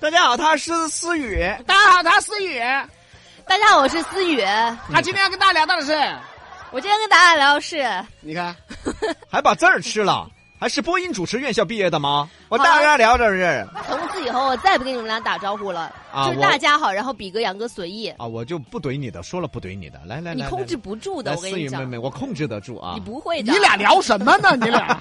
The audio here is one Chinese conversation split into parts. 大家好，他是思雨。大家好，他思雨，大家好，我是思雨。他今天要跟大家聊到的是，我今天跟大家聊的是，嗯你看，还把字儿吃了，还是播音主持院校毕业的吗？我大家聊这是从此以后我再也不跟你们俩打招呼了，啊就是我大家好，然后比个杨哥随意，啊，我就不怼你的，说了不怼你的，来来来，你控制不不住的，我跟思你雨妹讲，妹，我控制得住啊，你不会你的。俩聊什么呢？你 俩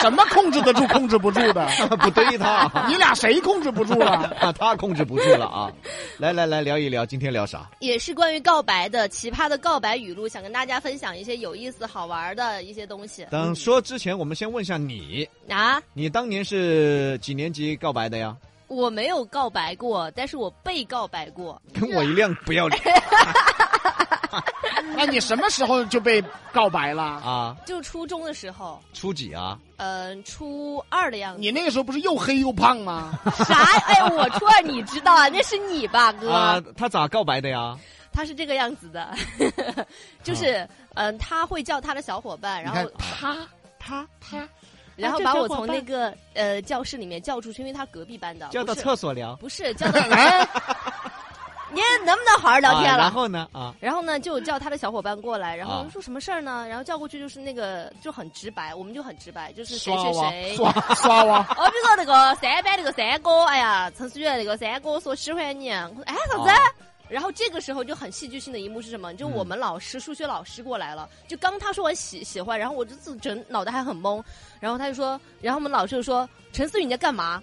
什么控制得住，控制不住的？，不怼他你俩谁控制不住 了？啊他控制不住了啊！来来来，聊一聊，今天聊啥？也是关于告白的奇葩的告白语录，想跟大家分享一些有意思、好玩的一些东西等说之前，我们先问一下你，啊。你当年是几年级告白的呀？我没有告白过，但是我被告白过。跟我一样不要脸那你什么时候就被告白了？啊！就初中的时候，初几啊？嗯、初二的样子。你那个时候不是又黑又胖吗？啥？哎，我初二你知道啊？那是你吧，哥？啊，他咋告白的呀？他是这个样子的， 就是嗯、他会叫他的小伙伴，你然看后他他他然啊哎后这把小我伙从伴那个呃教室里面叫出去，因为他隔壁班的，叫到不是厕所聊，不是叫到 哎，您能不能好好聊天啊然了？后呢？啊，然后呢，就叫他的小伙伴过来，然后我啊们说什么事儿呢？然后叫过去就是那个就很直白，我们就很直白，就是谁刷谁哇谁，哎刷刷啊哇！我比如说那个三班那个三哥，哎呀，程序员那个三哥说喜欢你，我说哎啥子？啊然后这个时候就很戏剧性的一幕是什么？就嗯我们老师、数学老师过来了，就刚他说完喜喜欢，然后我就自整脑袋还很懵，然后他就说，然后我们老师就说陈思雨你在干嘛？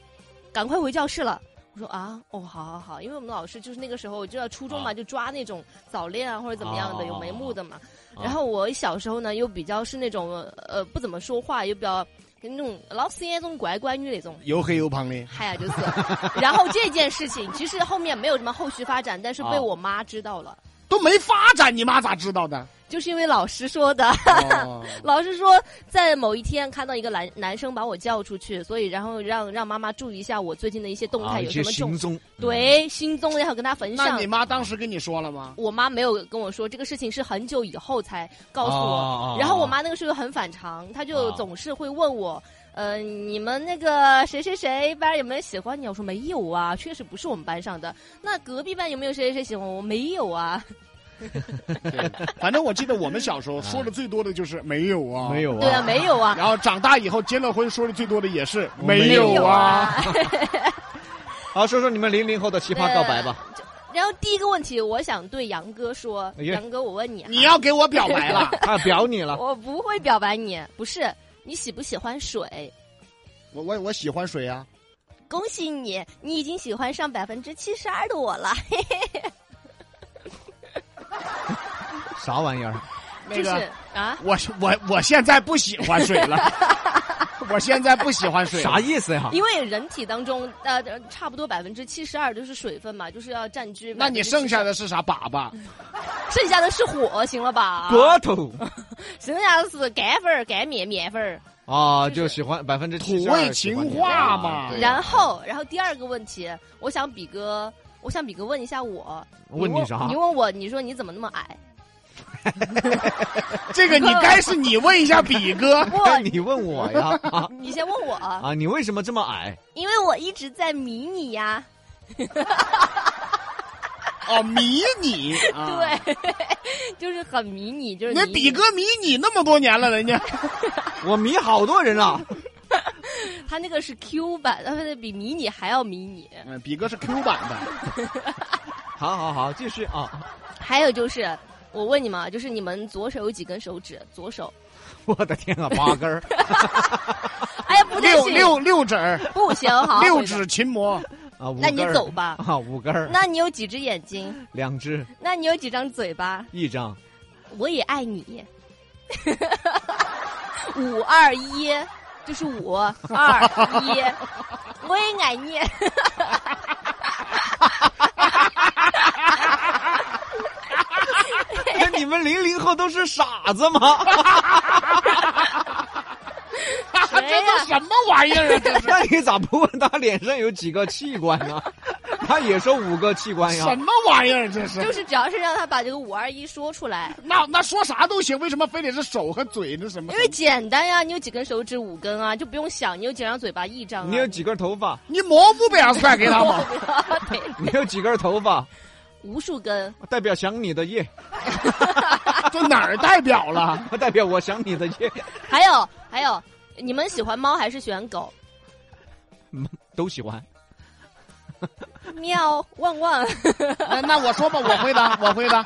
赶快回教室了。我说啊，哦，好好好，因为我们老师就是那个时候就要初中嘛，啊就抓那种早恋啊或者怎么样的、啊有眉目的嘛。啊然后我小时候呢又比较是那种呃不怎么说话，又比较那种老师眼中乖乖女那种。又黑又胖的，嗨呀，啊就是。 然后这件事情其实后面没有什么后续发展，但是被啊我妈知道了，都没发展，你妈咋知 道的？就是因为老师说的。哦老师说，在某一天看到一个男男生把我叫出去，所以然后让让妈妈注意一下我最近的一些嗯动啊态一有些什么行重，踪，对心踪，然后跟他坟那上你。妈当时跟你说了吗？我妈没有跟我说这个事情，是很久以后才告诉我。哦然后我妈那个时候很反常，她就哦总是会问我，呃，你们那个谁谁谁班有没有喜欢你？我说没有啊，确实不是我们班上的。那隔壁班有没有谁谁谁喜欢我？我没有啊。对反正我记得我们小时候说的最多的就是没有啊，没。有啊，对啊，没有 啊。然后长大以后结了婚，说的最多的也是我没有有啊。 好，啊说说你们零零后的奇葩告白吧。然后第一个问题，我想对杨哥说，哎呀，杨哥，我问你啊，你要给我表白 了啊，表你了，我不会表白你，不是你喜不喜欢水？我我我喜欢水啊，恭喜你，你已经喜欢上百分之七十二的我了。啥玩意儿？那就个是啊，我是我我现在不喜欢水 了，我现在不喜欢水了，啥意思 呀？因为人体当中呃差不多百分之七十二都是水分嘛，就是要占据72。那你剩下的是啥粑粑？剩下的是火，行了吧？骨头剩下的是干粉儿、干面、面粉儿。啊，就就是喜欢百分之土味情话嘛对然后，然后第二个问题，我想比哥，我想比哥问一下我，问你啥你？问我，你说你怎么那 么矮？。这个你该是你问一下比哥 我，哎你问我呀？ 啊你 先问我啊。啊，你为什么这么矮？因为我一直在迷你呀、哦，迷你，啊、，对， 就是很迷你，就是那你比哥迷你那么多年了，人家我迷好多人啊了。他那个是 Q 版，他那比迷你还要迷你。嗯，比哥是 Q 版 的，好好好，继续啊！ 还有就是，我问你们，啊，就是你们左手有几根手指？左手？我的天啊，八根儿哎呀，不啊对，六六六指儿，不行，好六回头指琴魔，啊，五那你根儿走吧 啊，五根儿，那你有几只眼睛？两只，那你有几张嘴巴？一 张。我也爱你。五二一，就是五二一，我也爱你。那哎你们零零后都是傻子吗？ 这都什么玩意儿啊？这是啊 那你咋不问他脸上有几个器官呢？ 他也说五个器官什呀，么玩意儿啊这是？哎就是只要是让他把这个五二一说出来，那那说啥都行，为什么非得是手和嘴那什么？因为简单呀，你有几根手指五根啊，就不用想，你有几张嘴巴一张啊。你有几根头发？你蘑菇不要快给 他嘛。对，你有几根头发？无数根，代表想你的夜，这哪儿代表了？代表我想你的夜， 还有还有，你们喜欢猫还是喜欢狗？都喜欢。喵，旺 旺，那那我说吧，我回答，我回答，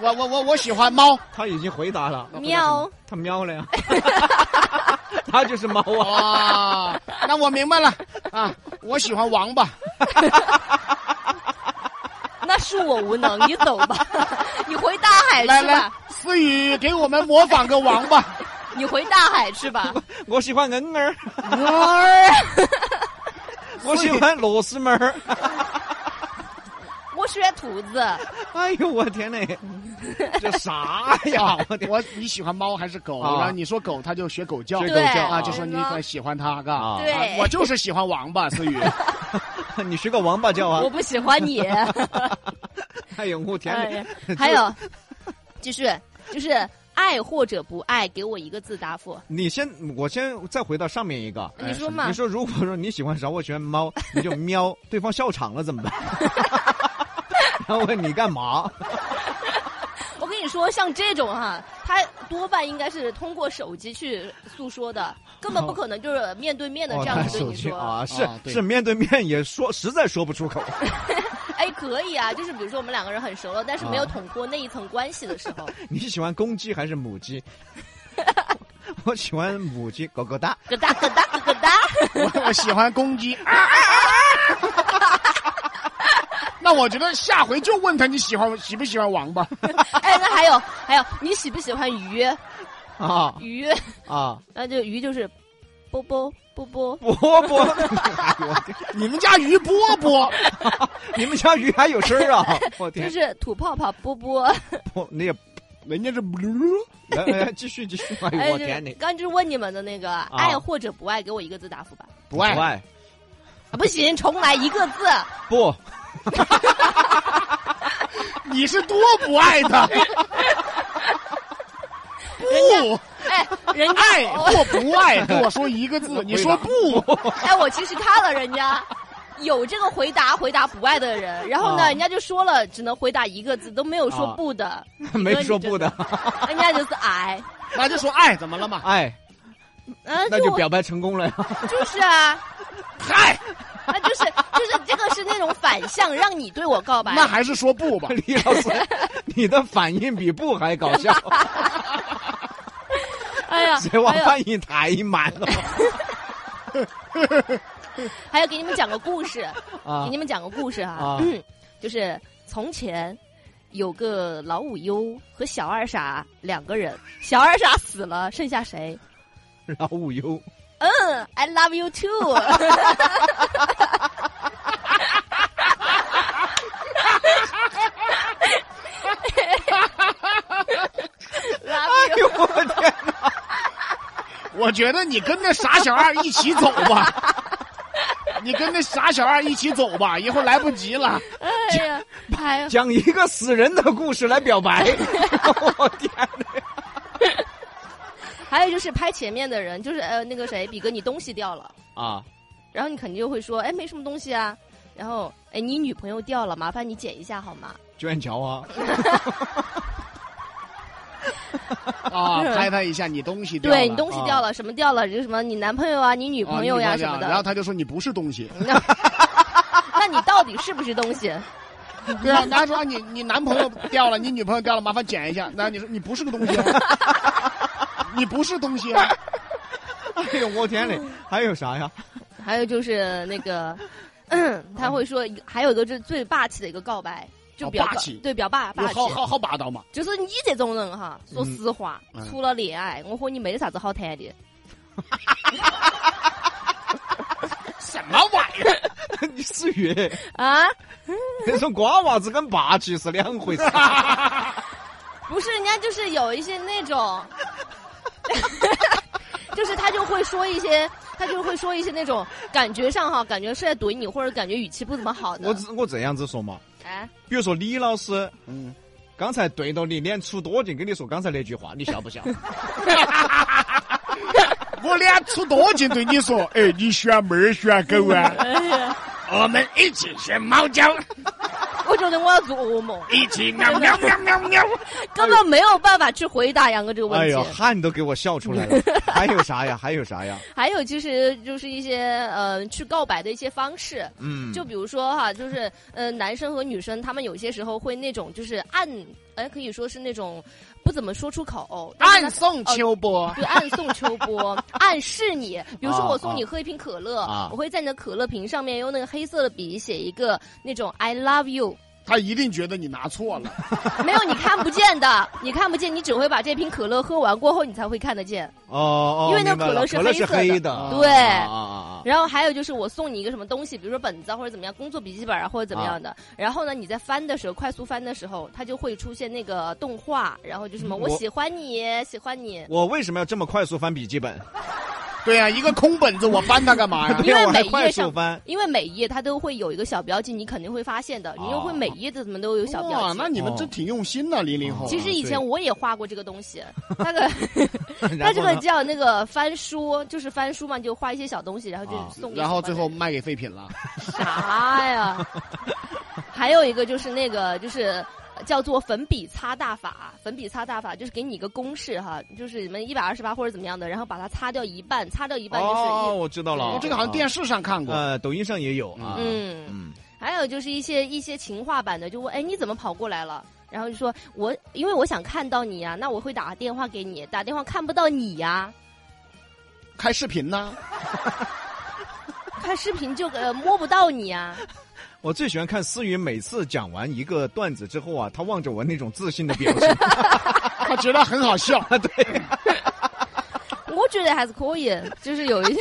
我我我我喜欢猫。他已经回答了，喵，他喵了呀， 他就是猫啊。哇，那我明白了啊，我喜欢王八。那恕我无能，你走吧， 你回大海来去来哎吧，，思雨给我们模仿个王 八。你回大海去 吧。我喜欢恩儿，我喜欢螺丝门儿。 我喜欢兔子，哎呦，我天 嘞，这啥呀？我天哎我你喜欢猫还是狗？啊然后你说狗，他就学狗叫学对狗叫啊，啊就说你很喜欢它，嘎。啊！对啊我就是喜欢王八，思 雨。你学个王八叫啊我！不喜欢 你。哎呦，我天哎 嘞！呀还有，就是就是爱或者不爱，给我一个字答复。你先，我先再回到上面一个。哎你说嘛你？说如果说你喜欢啥，我喜欢 猫，你就喵，对方笑场了怎么办？然后问你干嘛？我跟你说，像这种哈、他多半应该是通过手机去诉说的，根本不可能就是面对面的这样他子跟哦手你机说。啊，是啊对是面对面也说，实在说不出口。哎，可以啊，就是比如说我们两个人很熟了，但是没有啊捅破那一层关系的时候，你喜欢公鸡还是母 鸡？我喜欢母鸡，狗狗大。咯哒咯哒咯哒。我我喜欢公鸡。啊啊啊啊 那我觉得下回就问他你喜欢喜不喜欢王八？哎，那还有还有，你喜不喜欢鱼？啊 鱼，啊，那就鱼就是，波波波波。波波，哎呦我天，你们家鱼波波， 你们家鱼还有声 儿啊！我就天，是吐泡泡波波，波你也人家是来来继续继 续，哎呦哎，我就天是你啊刚就是问你们的那个爱或者不爱，给我一个字答复吧。不爱不爱啊，不行，重来一个字，不你是多不爱 他？不 哎，人家哦爱我或不爱，跟我说一个字，你说不，哎，我其实看了人家有这个回答回答不爱的人，然后呢，啊人家就说了只能回答一个字，都没有说不的， 没说不的，人家就是矮，那就说爱，怎么了嘛？哎，嗯，那就表白成功了呀！就是啊，嗨，啊，就是就是这个是那种反向让你对我告白，那还是说不吧？李老师，你的反应比不还搞笑，哎呀，这王还有反应太慢了还有给你们讲个故事，啊给！你们讲个故事哈、啊嗯就是从前有个老五优和小二傻两个人，小二傻死了，剩下谁？老五优，嗯，I love you too 。Love 哎 you，呦我天，我觉得你跟那傻小二一起走吧，你跟那傻小二一起走吧，以后来不及了。哎呀，哎呀，讲一个死人的故事来表白，我天哪！还有就是拍前面的人，就是呃那个谁，比哥，你东西掉了。啊，然后你肯定就会说，哎，没什么东西啊。然后，哎，你女朋友掉了，麻烦你捡一下好吗？卷桥啊，啊，拍他一下，你东西掉了对你东西掉了，什么掉了，就什么你男朋友啊，你女啊朋友呀、你女什朋友么然后的。他就说你不是东西，那你到底是不是东西？对 啊，他说啊你你男朋友掉了，你女朋友掉了，麻烦捡一下。那你说你不是个东西 啊，你不是东西啊，哎呦我天嘞，还有啥呀？ 还有就是那个，嗯他会说一个，还有一个就是最霸气的一个告白，就好比较霸告气对比较霸霸气好，好好霸道嘛。就是你这种人哈，说实话，嗯除了恋爱，我和你没得啥子好谈的。什么玩意儿？你思雨，啊，那种瓜娃子跟霸气是两回事。不是，人家 就是有一些那种，就是他就会说一些他就会说一些那种感觉上哈，感觉是在怼你，或者感觉语气不怎么好的。我只我这样子说嘛，哎，比如说李老师嗯，刚才对到你脸出多近，跟你说刚才那句话，你笑不笑？ 我脸出多近对你说，哎，你选猫儿选狗 啊？我们一起学猫叫，我觉得我要做噩梦，一起喵喵喵喵喵。 根本没有办法去回答杨哥这个哎问题。呦，汗都给我笑出来了，还有啥呀？还有啥呀？还有其实就是一些呃去告白的一些方式，嗯，就比如说哈，就是呃男生和女生他们有些时候会那种就是暗，哎可以说是那种不怎么说出口，但是呢暗送秋波，对，暗送秋波，暗示你。比如说，啊我送你喝一瓶可乐，啊我会在你的可乐瓶上面用那个黑色的笔写一个那种 “I love you”，他一定觉得你拿错了。没有你看不见的，你看不见，你只会把这瓶可乐喝完过后，你才会看得见。哦哦，因为那明白可乐了是可乐黑是色黑的的，对啊啊啊啊！然后还有就是，我送你一个什么东西，比如说本子啊，或者怎么样，工作笔记本啊，或者怎么样的。然后呢，你在翻的时候，快速翻的时候，它就会出现那个动画，然后就什么嗯“我我喜欢你，喜欢你”。我为什么要这么快速翻笔记 本？对呀、一个空本子我翻它 干嘛呀？啊因为我还每一快页速上翻，因为每一页它都会有一个小标记，你肯定会发现的。你又会哦每一页的怎么都有小标记。哇，那你们真挺用心呐、零零后。其实以前对我也画过这个东西，那个然 它这后个呢叫那个翻书，就是翻书嘛，你就画一些小东西，然后啊就送给喜欢的人。然后最后卖给废品了。啥呀？还有一个就是那个就是。呃叫做粉笔擦大法，粉笔擦大法就是给你一个公式哈，就是你们一百二十八或者怎么样的，然后把它擦掉一半，擦掉一半就是一、哦，我知道了，哦这个好像电视上看过。呃，抖音上也有啊，嗯，嗯，还有就是一些一些情话版的，就问哎你怎么跑过来了？然后就说我因为我想看到你呀、那我会打电话给你，打电话看不到你呀、开视频呢，看视频就呃摸不到你呀、我最喜欢看思雨每次讲完一个段子之后啊，他望着我那种自信的表情，我啊觉得很好笑。我觉得还是可以，就是有一些，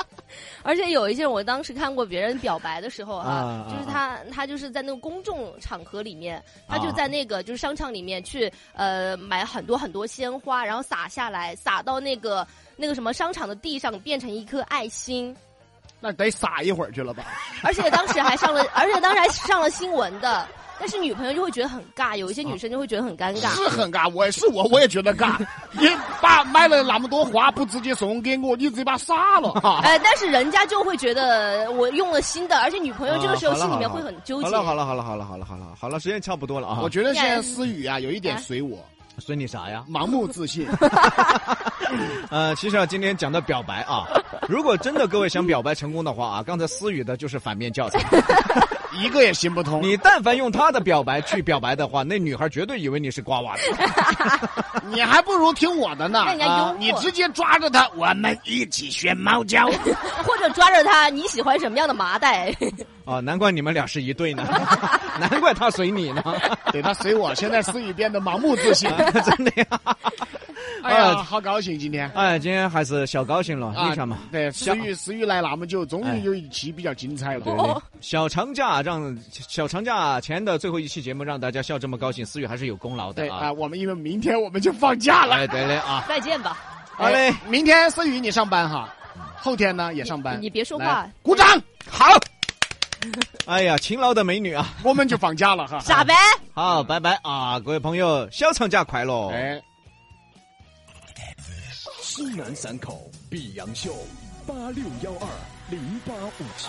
而且有一些我当时看过别人表白的时候哈、啊就是啊他他就是在那个公众场合里面，他就啊在那个就是商场里面去呃买很多很多鲜花，然后撒下来，撒到那个那个什么商场的地上，变成一颗爱心。那得撒一会儿去了吧？而且当时还上了，而且当时还上了新闻的。但是女朋友就会觉得很尬，有一些女生就会觉得很尴尬。是很尬，我也是我，我也觉得尬。你把买了那么多花，不直接送给我，你直接把撒了。啊哎，但是人家就会觉得我用了新的，而且女 朋友这个时候啊好了心里面好会了很纠结。好了好了好了好了好了好了好了，时间差不多了啊，我觉得现在思雨啊，有一点随我，随你啥呀？盲目自信。 呃，其实啊，今天讲到表白啊，如果真的各位想表白成功的话啊，刚才思雨的就是反面教材。一个也行不通。你但凡用她的表白去表白的话，那女孩绝对以为你是瓜娃子。 你还不如听我的呢啊那。人家幽默，你直接抓着他，我们一起学猫叫。或者抓着他，你喜欢什么样的麻袋？ 啊，难怪你们俩是一对呢， 难怪他随你呢，对他随我，现在思雨变得盲目自信。真的呀。哎呀，好高兴今天。哎，今天还是小高兴了，啊为什么？对，思雨思雨来了，我们就终哎于有一期比较精彩了。对哦小长假让小长假前的最后一期节目让大家笑这么高兴，思雨还是有功劳对的啊啊，。我们因为明天我们就放假了。哎，对嘞啊，再见吧，好嘞，哎，明天思雨你上班哈，后天呢也上班。你你别说来话鼓掌。好，哎呀，勤劳的美女啊， 我们就放假了哈。傻白。好，拜拜啊，各位朋友，小长假快乐。哎。西南散口碧阳秀，八六幺二零八五七。